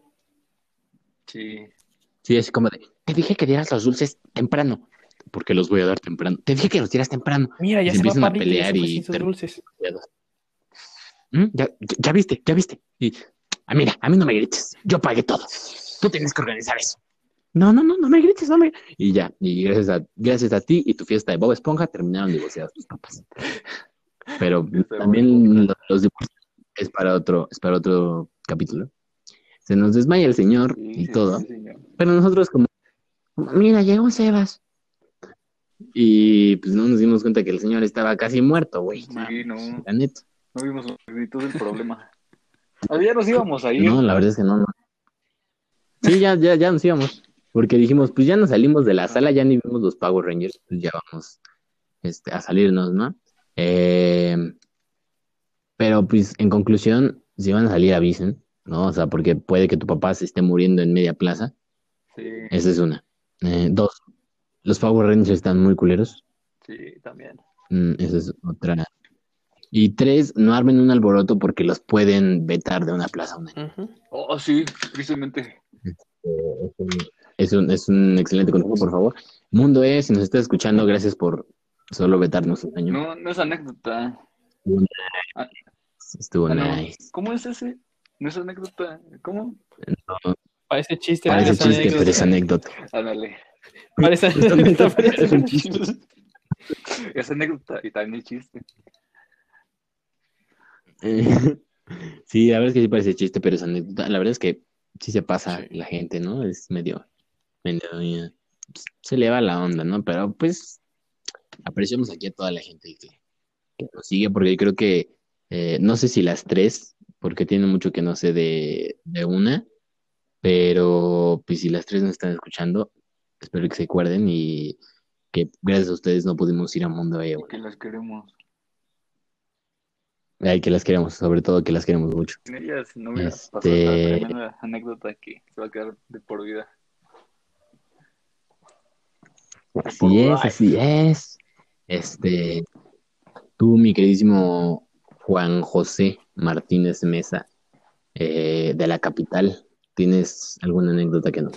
S2: sí,
S1: Sí, así como de, te dije que dieras los dulces temprano. ¿por qué los voy a dar temprano? Te dije que los dieras temprano.
S4: Mira, ya
S1: Se
S4: se,
S1: empiezan
S4: va
S1: a
S4: Parrillo y
S1: pelear
S4: sus
S1: y
S4: sus
S1: ter-
S4: dulces.
S1: ¿Mm? ¿Ya, ya- ya viste, ya viste. Y, ah, mira, a mí no me grites, yo pagué todo. Tú tienes que organizar eso. No, no, no, no me grites, no me... Y ya, y gracias a, gracias a ti y tu fiesta de Bob Esponja terminaron divorciados tus papás. Pero
S2: Fiesta de Bob
S1: también lo- los divorcios es para otro, es para otro capítulo. Se nos desmaya el señor y todo.
S2: Sí, señor.
S1: Pero nosotros como, mira, llegó Sebas. Y pues no nos dimos cuenta que el señor estaba casi muerto, güey.
S2: Sí, no,
S1: La neta.
S2: no vimos la magnitud del problema. Ah, Ya nos íbamos a ir.
S1: No, la verdad es que no. no. Sí, ya, ya, ya nos íbamos. Porque dijimos, pues ya nos salimos de la sala, ya ni vimos los Power Rangers, pues ya vamos este, a salirnos, ¿no? Eh, pero pues en conclusión, si van a salir avisen, ¿no? O sea, porque puede que tu papá se esté muriendo en media plaza.
S2: Sí,
S1: Esa es una. Eh, dos, los Power Rangers están muy culeros.
S2: sí, también.
S1: Mm, esa es otra. Y tres, no armen un alboroto porque los pueden vetar de una plaza a un año.
S4: Ujú.
S2: Oh, sí, tristemente.
S1: Eh, es un- Es un, es un excelente consejo, por favor. Mundo E, si nos estás escuchando, gracias por solo vetarnos un año.
S2: No, no es anécdota.
S1: Estuvo
S2: Ah, no.
S1: nice.
S2: ¿Cómo es ese? No es anécdota. ¿Cómo?
S4: Parece chiste.
S1: Parece
S4: parece
S1: chiste,
S4: anécdota.
S1: pero es anécdota.
S2: Ándale.
S4: Parece anécdota, parece
S1: Es un chiste.
S2: es anécdota y también es chiste.
S1: Eh, Sí, la verdad es que sí parece chiste, pero es anécdota. La verdad es que sí se pasa la gente, ¿no? Es medio, medio, eh, se le va la onda, ¿no? Pero pues apreciamos aquí a toda la gente que, que nos sigue, porque yo creo que, eh, no sé si las tres, porque tiene mucho que no sé de, de una, pero pues si las tres nos están escuchando, espero que se acuerden y que gracias a ustedes no pudimos ir a Mundo E.
S2: Que las queremos.
S1: Ay, que las queremos, sobre todo que las queremos mucho.
S2: Sin ellas no hubiera
S1: Este-
S2: pasado esta tremenda anécdota que se va a quedar de por vida.
S1: Así es, así es. Este, tú, mi queridísimo Juan José Martínez Mesa, eh, de la capital, ¿tienes alguna anécdota que nos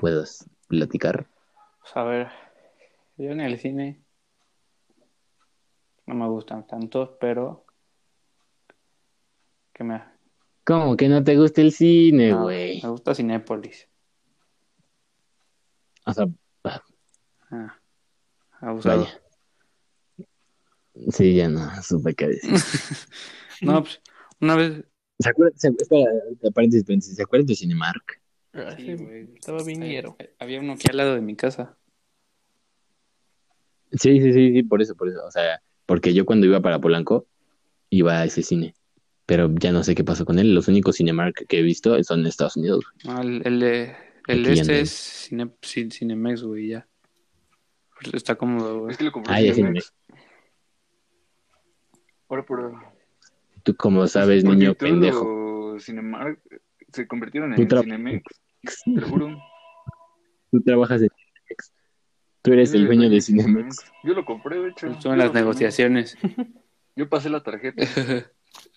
S1: puedas platicar?
S3: Pues, a ver, yo en el cine no me gustan tanto, pero que me,
S1: ¿Cómo que no te gusta el cine,
S3: no,
S1: Eh, güey?
S3: me gusta Cinépolis.
S1: O sea,
S3: Ah, abusado.
S1: vaya. Sí, ya no, supe qué decir.
S3: No, pues una vez
S1: ¿Se acuerdan? Se, espera, paréntesis, paréntesis, ¿se acuerdan de Cinemark?
S4: Ah,
S3: Sí,
S4: sí,
S3: güey.
S4: Estaba bien ñero.
S3: Eh, Había uno aquí al lado de mi casa.
S1: Sí, sí, sí, sí, por eso, por eso. O sea, porque yo cuando iba para Polanco, iba a ese cine. Pero ya no sé qué pasó con él. Los únicos Cinemark que he visto son en Estados Unidos.
S3: Ah, el el, de- el
S1: Aquí en
S3: este
S1: el-
S3: es cine, Cin- Cinemex, güey, ya. Pero Está cómodo, güey.
S2: Es que lo compré.
S1: Ah, ya
S2: Cinemex. Ahora por,
S1: Tú, como sabes,
S2: porque
S1: niño
S2: todos
S1: pendejo.
S2: los Cinemark se convirtieron
S1: Tú
S2: en
S1: tra-
S2: Cinemex, te lo juro.
S1: Tú trabajas en Cinemex. Tú eres el dueño de Cinemex.
S2: Yo lo compré, de hecho.
S3: Son
S2: Yo lo
S3: las
S2: firmé.
S3: negociaciones.
S2: Yo pasé la tarjeta.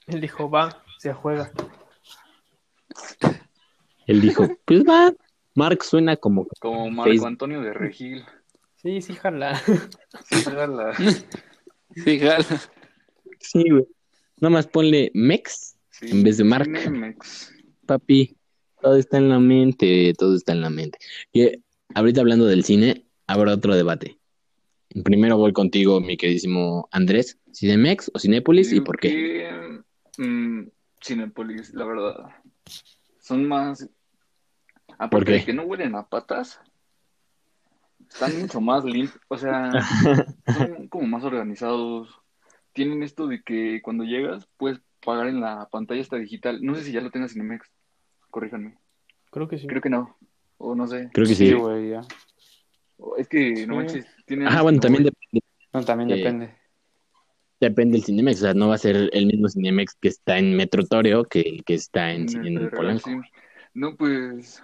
S4: Él dijo, va, se juega.
S1: Él dijo, pues va, Mark suena como...
S2: Como Marco
S1: Facebook.
S2: Antonio de Regil.
S4: Sí, sí, jala.
S2: Sí, era la-
S3: Sí, jala.
S1: Sí, güey. Nada más ponle Mex,
S2: sí,
S1: En vez de Marc.
S2: Cinemex.
S1: papi. Todo está en la mente, todo está en la mente. Y eh, ahorita hablando del cine, habrá otro debate. Primero voy contigo, mi queridísimo Andrés. ¿Cinemex o Cinépolis y
S2: Digo
S1: por qué?
S2: que, mm, Cinépolis, la verdad. Son más.
S1: ¿Por
S2: Aparte
S1: qué?
S2: de que no huelen a patas, están mucho más limpios. O sea, son como más organizados. Tienen esto de que cuando llegas puedes pagar en la pantalla esta digital. No sé si ya lo tenga Cinemex. Corríjanme.
S4: Creo que sí.
S2: Creo que no. O no sé.
S1: Creo que sí.
S3: Sí, güey, ya.
S2: O Es que no
S3: Sí.
S2: manches. Tienen
S1: Ah, bueno, también depende,
S3: No, también
S1: Eh,
S3: depende.
S1: depende del Cinemex. O sea, no va a ser el mismo Cinemex que está en Metro Toreo que el que está en,
S2: en el
S1: en
S2: Federal,
S1: Polanco.
S2: este,
S1: Ah,
S2: sí. No, pues.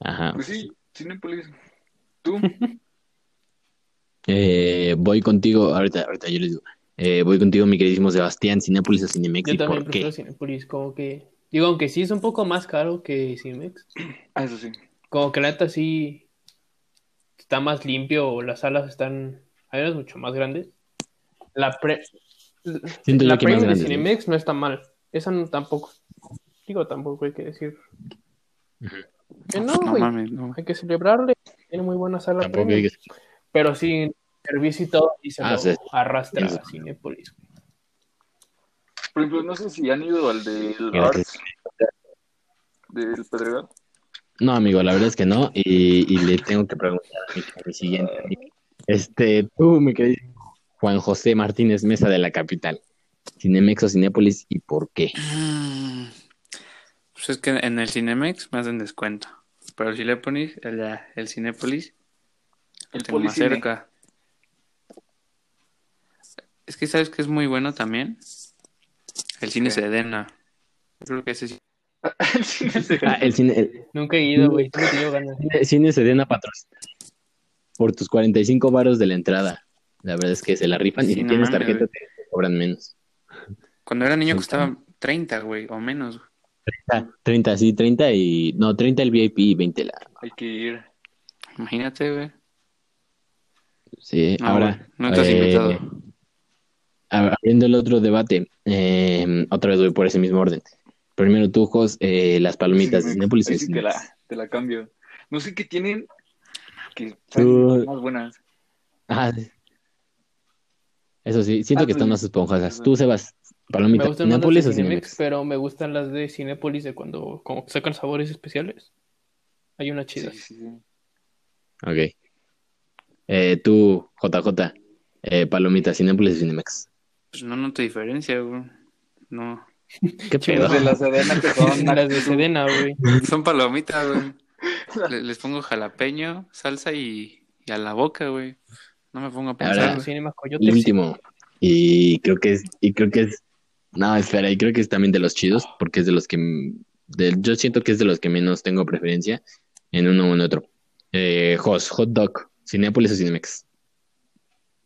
S1: Ajá.
S2: Pues sí, Cinépolis. Tú,
S1: Eh, voy contigo, ahorita, ahorita yo les digo. Eh, voy contigo, mi queridísimo Sebastián, Cinépolis o Cinemex
S4: Yo
S1: y
S4: también
S1: por
S4: prefiero
S1: qué.
S4: Cinepolis, como que... Digo, aunque sí es un poco más caro que Cinemex.
S2: ah, eso sí.
S4: Como que la neta sí... está más limpio o las salas están, hay unas mucho más grandes. La, pre,
S1: Siento
S4: la
S1: yo que más
S4: Prime de
S1: grande.
S4: Cinemex no está mal. Esa no, tampoco. Digo, tampoco hay que decir. Que no,
S3: no
S4: güey.
S3: mames, no.
S4: Hay que celebrarle. Tiene muy buena sala
S1: Tampoco
S4: premium.
S1: hay que-
S4: Pero sí, servicio y todo, y se
S1: Ah,
S4: lo
S1: sí.
S4: arrastra
S1: Sí.
S4: a Cinépolis.
S2: Por ejemplo, no sé si han ido al del
S1: Gracias.
S2: Arts, del Pedregal.
S1: No, amigo, la verdad es que no. Y, y le tengo que preguntar a mi, a mi siguiente amigo. Este, tú, mi querido Juan José Martínez Mesa de la capital. Cinemex o Cinépolis y por qué.
S3: Mm. Pues es que en el Cinemex me hacen descuento. Pero el Cinépolis, el, el Cinépolis, lo
S2: El
S3: tengo más
S2: Policine.
S3: cerca. Es que sabes que es muy bueno también. El cine
S2: ¿Qué?
S3: Sedena. Yo creo que ese sí.
S2: El cine se-
S1: Ah, el cine, el
S4: Nunca he ido, güey. Siempre he tenido ganas.
S1: cine- cine Sedena patrocina por tus 45 varos de la entrada. La verdad es que se la rifan y
S3: Sí,
S1: si
S3: no
S1: tienes
S3: mames,
S1: tarjeta
S3: güey.
S1: te cobran menos.
S3: Cuando era niño
S1: Sí,
S3: costaba 30, güey, o menos. güey.
S1: Ah, 30, sí, 30 y... No, 30 el VIP y 20 la...
S2: Hay que ir.
S3: Imagínate, güey.
S1: Sí,
S3: No,
S1: ahora...
S3: güey, Ah, no estás
S1: eh,
S3: invitado.
S1: Abriendo el otro debate, eh, otra vez voy por ese mismo orden. Primero tú, Jos, eh, las palomitas de este,
S2: Cinemex.
S1: Cinépolis.
S2: Ahí
S1: y
S2: sí te
S1: Cinemex.
S2: la, te la cambio. No sé qué tienen que
S1: Tú-
S2: son más buenas.
S1: Ah, sí. eso sí, siento
S2: Ah,
S1: que
S2: tú
S1: están
S2: di-
S1: más esponjosas.
S2: Ajá.
S1: Tú, Sebas,
S4: Me
S1: palomitas,
S4: gustan más las
S1: Cinépolis
S4: de
S1: o
S4: Cinemex,
S1: Cinemex.
S4: pero me gustan las de Cinépolis de cuando como que sacan sabores especiales. Hay una
S2: Sí,
S4: chida.
S2: sí, sí.
S1: Ok. Eh, tú, JJ, eh, palomitas, Cinépolis o Cinemex.
S3: Pues no noto diferencia, güey. No.
S1: ¿Qué
S4: Sí,
S1: pedo?
S2: Las de la Sedena que son
S4: Las de Sedena, güey.
S3: Son palomitas, güey. Le- Les pongo jalapeño, salsa y, y a la boca, güey. No me pongo a pensar.
S1: Ahora-
S4: Las de Cinema Coyote.
S1: Y último, y creo que es, y creo que es, no, espera, y creo que es también de los chidos, porque es de los que, m- de- yo siento que es de los que menos tengo preferencia en uno o en otro. Eh, Jos, Hot Dog, Cinepolis o Cinemex.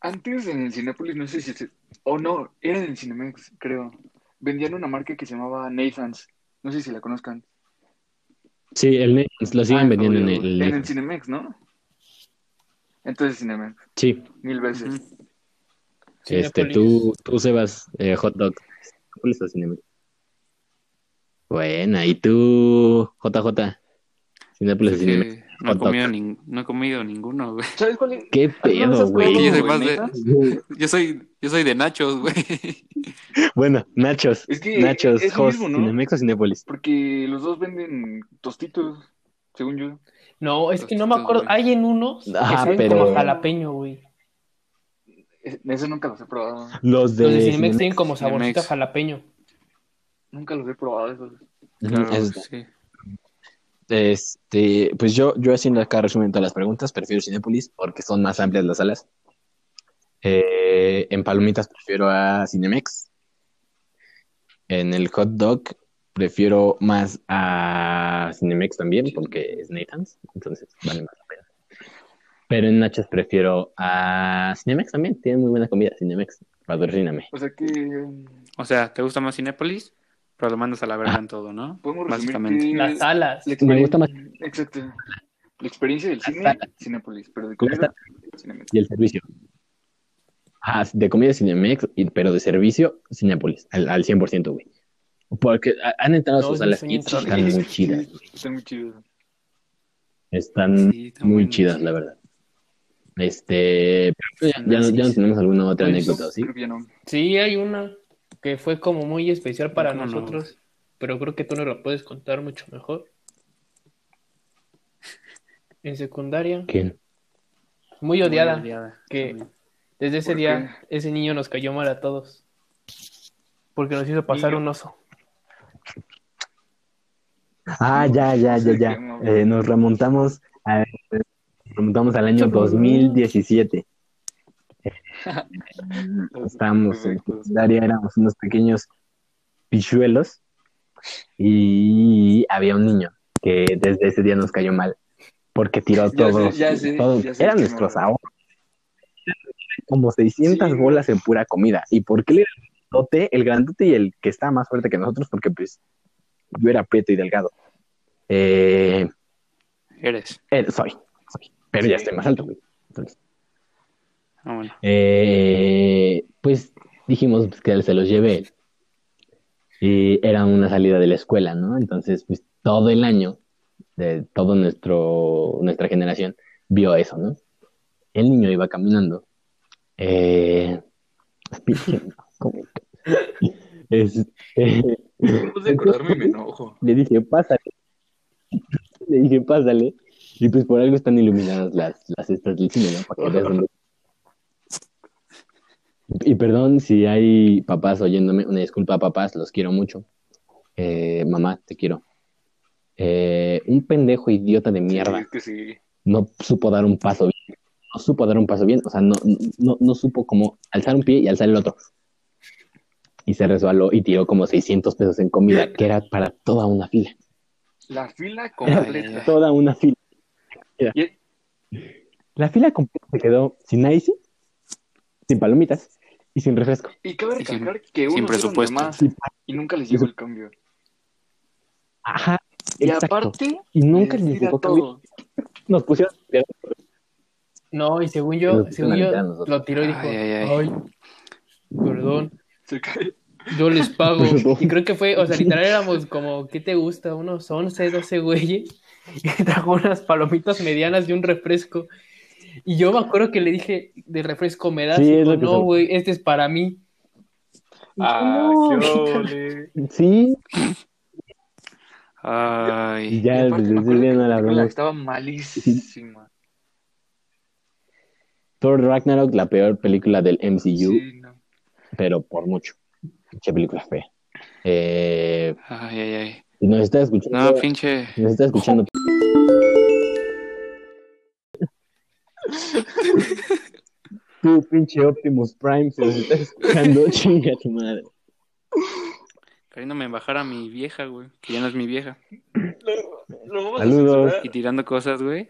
S2: Antes en el Cinépolis, no sé si. se- O no, era en el Cinemex, creo. Vendían una marca que se llamaba Nathan's. No sé si la conozcan.
S1: Sí, el Nathan's, lo Pues siguen
S3: Ah,
S1: vendiendo en
S3: obvio,
S1: el,
S2: En el Cinemex, ¿no? Entonces Cinemex,
S1: sí,
S2: mil veces.
S3: Ujú.
S1: este,
S4: Cinépolis.
S1: tú, tú, Sebas, eh, Hot Dog, Cinépolis o Cinemex. Buena, y tú, JJ, Cinepolis o
S3: Sí,
S1: Cinemex.
S3: no, he
S1: Hot dog.
S3: comido nin- no he comido ninguno, güey.
S2: ¿Sabes cuál es?
S1: ¿Qué
S2: ¿Alguna vez
S1: pedo,
S2: has probado
S3: Yo
S1: güey?
S3: soy más de-
S2: Nathan's?
S3: Yo soy, yo soy de nachos, güey.
S1: Bueno, Nachos,
S2: Es que
S1: Nachos,
S2: es lo
S1: Jos,
S2: mismo, ¿no?
S1: Cinemex o Cinépolis.
S2: Porque los dos venden tostitos, según yo.
S4: No, es que no me
S3: Tostitos,
S4: acuerdo.
S3: güey.
S4: Hay en unos que
S1: Ah,
S4: saben
S1: pero-
S4: como jalapeño, güey.
S2: Es- Eso E, nunca los he probado.
S1: Los de,
S4: Los de Cinemex tienen como
S3: Cinemex.
S4: saborcito a jalapeño.
S2: Nunca los he probado esos.
S3: Claro,
S1: Es-
S3: sí.
S1: Este, pues yo, yo haciendo acá resumen todas las preguntas, prefiero Cinépolis porque son más amplias las salas. Eh, en Palomitas prefiero a Cinemex. En el hot dog prefiero más a Cinemex también porque es Nathan's, entonces vale más la pena. Pero en Nachos prefiero a Cinemex también, tienen muy buena comida, Cinemex, patrocíname.
S2: O sea que mm,
S3: O sea, ¿te gusta más Cinépolis? Pero lo mandas a la
S1: Ah.
S3: verga en todo, ¿no?
S2: podemos resumir
S3: Básicamente.
S2: que
S4: Las salas.
S2: la
S1: Me gusta más.
S2: experien- Exacto. La experiencia del cine,
S1: sala.
S2: Cinépolis, pero de comida, Cinemex.
S1: Y el servicio. Ah, de comida Cinemex, y- pero de servicio Cinépolis, al, al 100%, güey. Porque ha- han entrado a
S4: No,
S1: sus
S4: yo
S1: salas
S4: soy
S1: y
S4: entrado.
S1: están muy chidas. güey.
S2: Están muy chidos.
S1: Están
S3: Sí, están
S1: Mm, muy
S3: buenas.
S1: chidas, la verdad. Este, pero ya, ya no, ya no tenemos alguna otra
S2: Oye,
S1: anécdota,
S2: no,
S1: ¿sí?
S2: Pues, Creo que ya no.
S4: Sí, hay una que fue como muy especial para
S3: ¿Cómo no?
S4: nosotros, pero creo que tú nos la puedes contar mucho mejor. En secundaria,
S1: ¿Quién?
S4: muy
S3: Muy
S4: odiada,
S3: odiada.
S4: que
S3: también.
S4: desde ese
S2: ¿Por
S4: día ese niño nos cayó mal a todos, porque nos hizo pasar
S2: Niño.
S4: un oso.
S1: Ah, ya, ya, ya, ya. Eh, nos remontamos, a- nos remontamos al año 2017. Estábamos en
S2: Perfecto.
S1: secundaria, éramos unos pequeños pichuelos y había un niño que desde ese día nos cayó mal porque tiró
S2: Ya sé,
S1: todos,
S2: ya sé,
S1: todos-
S2: ya sé
S1: eran
S2: qué
S1: nuestros
S2: mamada.
S1: ahorros. Como 600
S2: Sí.
S1: bolas en pura comida. ¿Y por qué el grandote, el grandote y el que estaba más fuerte que nosotros? Porque pues yo era prieto y delgado. Eh,
S3: Eres.
S1: eh, soy, soy. Pero ya estoy más alto, güey.
S3: Ah, bueno.
S1: Eh, pues dijimos pues, que se los lleve él. Y era una salida de la escuela, ¿no? Entonces, pues todo el año, de todo nuestro, nuestra generación, vio eso, ¿no? El niño iba caminando. Eh, ¿cómo? Es- este,
S2: Hemos de acordarme y me enojo.
S1: le dije, pásale. Le dije, pásale. Y pues por algo están iluminadas las, las estas del cine, ¿no? Para que veas dónde- Y perdón si hay papás oyéndome, una disculpa, papás, los quiero mucho. Eh, mamá, te quiero. Eh, un pendejo idiota de
S2: Sí,
S1: mierda
S2: es que sí.
S1: no supo dar un paso bien. No supo dar un paso bien, o sea, no, no, no supo como alzar un pie y alzar el otro. Y se resbaló y tiró como 600 pesos en comida, que era para toda una fila.
S2: La fila
S1: Era
S2: completa.
S1: toda una fila. Era.
S2: Y-
S1: La fila completa se quedó sin ice, sin palomitas y sin refresco.
S2: Y cabe
S3: Y sin-
S2: recalcar que
S3: sin
S2: uno
S3: presupuesto.
S2: más y nunca les llegó el cambio.
S1: Ajá,
S2: Y
S1: exacto.
S2: aparte,
S1: y nunca
S2: les
S1: les
S2: tira
S1: llegó cambio.
S2: todo.
S1: Nos pusieron
S4: No, y según
S1: Pero
S4: yo,
S1: pusieron
S4: según
S1: la
S4: yo,
S1: mitad nosotros.
S4: lo tiró y dijo,
S3: Ay, ay, ay.
S4: ay, perdón,
S2: Se cae.
S4: yo les pago.
S1: Perdón.
S4: Y creo que fue, o sea, literal éramos como, ¿qué te gusta? Unos 11, 12 güeyes. Y trajo unas palomitas medianas y un refresco. Y yo me acuerdo que le dije, de refresco me das.
S1: Sí,
S4: Y
S1: es
S4: dijo,
S1: lo que
S4: no,
S1: son.
S4: güey, este es para mí.
S2: Ah,
S1: No.
S2: qué ole.
S1: Sí, y
S3: Ay,
S2: Y
S1: ya
S2: aparte,
S1: desde
S2: me
S1: ese
S2: acuerdo
S1: día
S2: que
S1: no
S2: la
S1: la
S2: película
S1: hablamos.
S2: estaba malísima.
S1: Thor Ragnarok, la peor película del MCU,
S2: Sí, no.
S1: pero por mucho. Qué película fea. Eh,
S3: ay, ay, ay.
S1: y nos está escuchando.
S3: No, pinche.
S1: Nos está escuchando. Tú, pinche Optimus Prime, si nos estás escuchando, chinga tu madre.
S3: Queriéndome bajar a mi vieja, güey. Que ya no es mi vieja.
S2: Lo vamos a
S1: Saludos.
S2: censurar.
S3: Y tirando cosas, güey.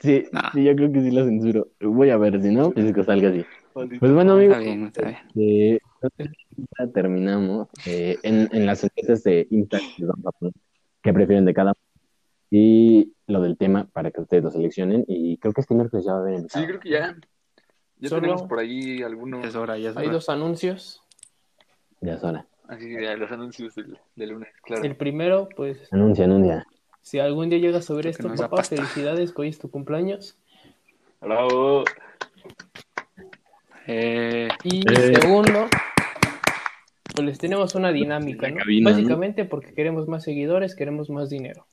S1: Sí,
S3: Nah.
S1: sí, yo creo que sí la censuro. Voy a ver, si no, pues que salga así.
S2: Maldito.
S1: Pues bueno, amigos,
S3: Está bien, está bien.
S1: eh, ya terminamos. Eh, en, en las encuestas de Instagram les vamos a poner qué prefieren de cada y lo del tema para que ustedes lo seleccionen. Y creo que este miércoles ya va a haber
S2: Sí,
S1: empezado.
S2: creo que ya. Ya
S4: Solo-
S2: tenemos por ahí algunos
S3: Es hora, ya es
S4: Hay
S3: hora.
S4: dos anuncios.
S1: Ya es hora.
S2: así de los anuncios del, del lunes, claro.
S4: El primero, pues,
S1: Anuncia, anuncia.
S4: si algún día llegas a ver
S3: Creo que
S4: esto,
S3: nos da
S4: papá,
S3: pasta.
S4: felicidades, que hoy es tu cumpleaños.
S2: Bravo.
S3: Eh,
S4: Y
S1: Eh.
S4: segundo, pues les tenemos una dinámica, ¿no?
S1: cabina, ¿no?
S4: Básicamente porque queremos más seguidores, queremos más dinero.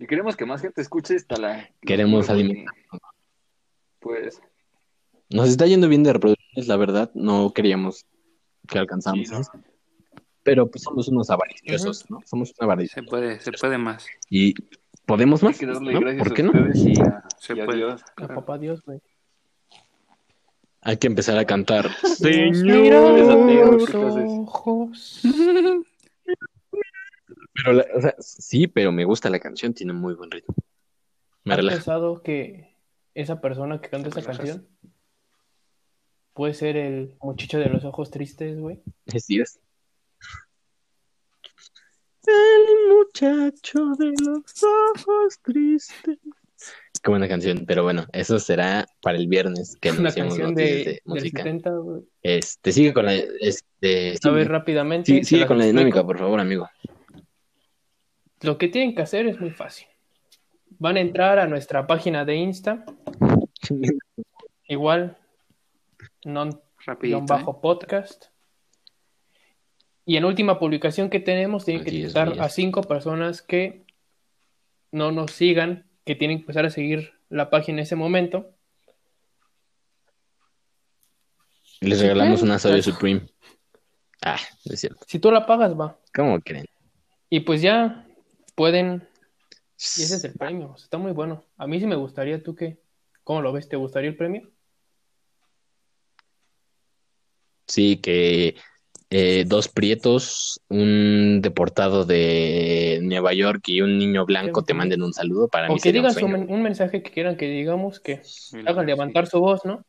S2: Y queremos que más gente escuche esta la.
S1: Queremos alimentar.
S2: Pues,
S1: Nos está yendo bien de reproducciones, la verdad. No queríamos que alcanzáramos
S2: Sí, no.
S1: eso. Pero pues somos unos avariciosos, ¿no? Somos unos avariciosos.
S3: se puede, se puede más.
S1: Y podemos
S2: hay
S1: más,
S2: que darle
S1: Pues, ¿no?
S2: gracias
S1: ¿Por qué
S2: a
S1: no?
S2: ustedes y a,
S3: Se
S2: y a
S3: puede.
S2: Dios.
S4: A papá Dios, güey.
S1: Hay que empezar a cantar.
S2: Eres ateo,
S4: Señor,
S2: ¿qué haces?
S4: ojos.
S1: Pero, la- o sea, sí, pero me gusta la canción, tiene muy buen ritmo. Me
S4: ¿Has
S1: relaja.
S4: pensado que esa persona que canta
S3: ¿Te
S4: esa
S3: relajas?
S4: canción puede ser el muchacho de los ojos tristes, güey?
S1: Sí, es. El muchacho de los ojos tristes. Qué buena canción, pero bueno, eso será para el viernes que
S4: Una
S1: anunciamos
S4: canción
S1: noticias
S4: de,
S1: de
S4: del
S1: música.
S4: 70, güey.
S1: Este, sigue con la. Este,
S4: A ver,
S1: sigue,
S4: rápidamente.
S1: sigue-
S4: se
S1: sigue
S4: las
S1: con la
S4: explico.
S1: dinámica, por favor, amigo.
S4: Lo que tienen que hacer es muy fácil. Van a entrar a nuestra página de Insta, igual, non
S3: Rapidito. ¿eh?
S4: bajo podcast. Y en última publicación que tenemos, tienen que
S1: Así es,
S4: etiquetar
S1: güey, ya
S4: a
S1: está.
S4: cinco personas que no nos sigan, que tienen que empezar a seguir la página en ese momento.
S1: Les regalamos
S4: Sí,
S1: una Soya
S4: claro.
S1: Supreme. Ah, no es cierto.
S4: Si tú la pagas, va.
S1: ¿Cómo creen?
S4: Y pues ya pueden. Y ese es el premio. o sea, Está muy bueno. A mí sí me gustaría, ¿tú qué? ¿Cómo lo ves? ¿Te gustaría el premio?
S1: Sí, que eh, dos prietos, un deportado de Nueva York y un niño blanco te manden un saludo. Para mí
S4: o que
S1: sería un
S4: digas un,
S1: sueño.
S4: men- un mensaje que quieran que digamos que
S3: Y luego,
S4: hagan levantar su voz, ¿no?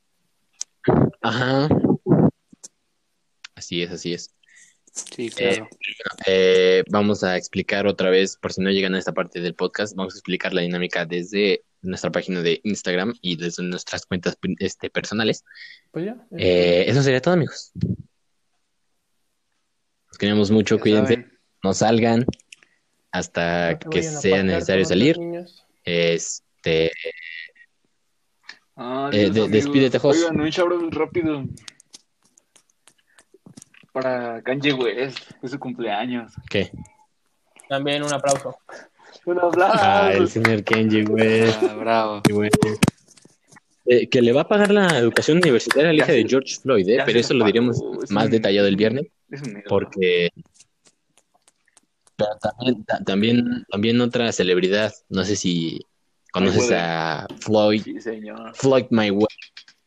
S1: Ajá. Así es, así es.
S3: Sí, claro.
S1: Eh, vamos a explicar otra vez, por si no llegan a esta parte del podcast, vamos a explicar la dinámica desde nuestra página de Instagram y desde nuestras cuentas este, personales.
S4: Pues ya.
S1: Eh, eso sería todo, amigos. Los queremos mucho,
S3: Ya
S1: cuídense,
S3: saben.
S1: no salgan hasta
S4: No te
S1: que
S4: vayan a
S1: sea
S4: apartar
S1: necesario
S4: con otros
S1: salir.
S4: niños.
S1: Este,
S2: Adiós,
S1: Eh, de-
S2: Ah, amigos.
S1: despídete, Jos.
S2: Oigan, un shoutout rápido. Para Kanye West, es su cumpleaños.
S1: ¿qué?
S4: También un aplauso.
S2: Un aplauso.
S1: Ah, el señor Kenji, güey.
S3: Ah, bravo.
S1: Sí, güey. Eh, que le va a pagar la educación universitaria al
S2: Ya
S1: hija de
S2: se-
S1: George Floyd, eh,
S2: ya
S1: pero
S2: se
S1: eso lo
S2: pagó,
S1: diremos
S2: es
S1: más
S2: un-
S1: detallado el viernes,
S2: Es un negro.
S1: porque pero también, ta- también, también otra celebridad, no sé si conoces
S2: Mayweather.
S1: a Floyd,
S2: Sí, señor.
S1: Floyd Mayweather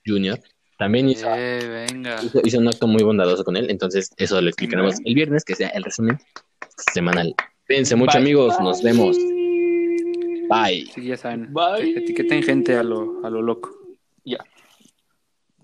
S1: Jr., también hizo,
S3: Eh, venga.
S1: hizo- hizo un acto muy bondadoso con él, entonces eso lo explicaremos
S2: Simón.
S1: el viernes, que sea el resumen semanal. Cuídense mucho,
S4: Bye.
S1: amigos, nos vemos. Bye.
S3: Sí, ya saben.
S2: Bye.
S3: Etiqueten gente a lo, a lo loco.
S2: Ya.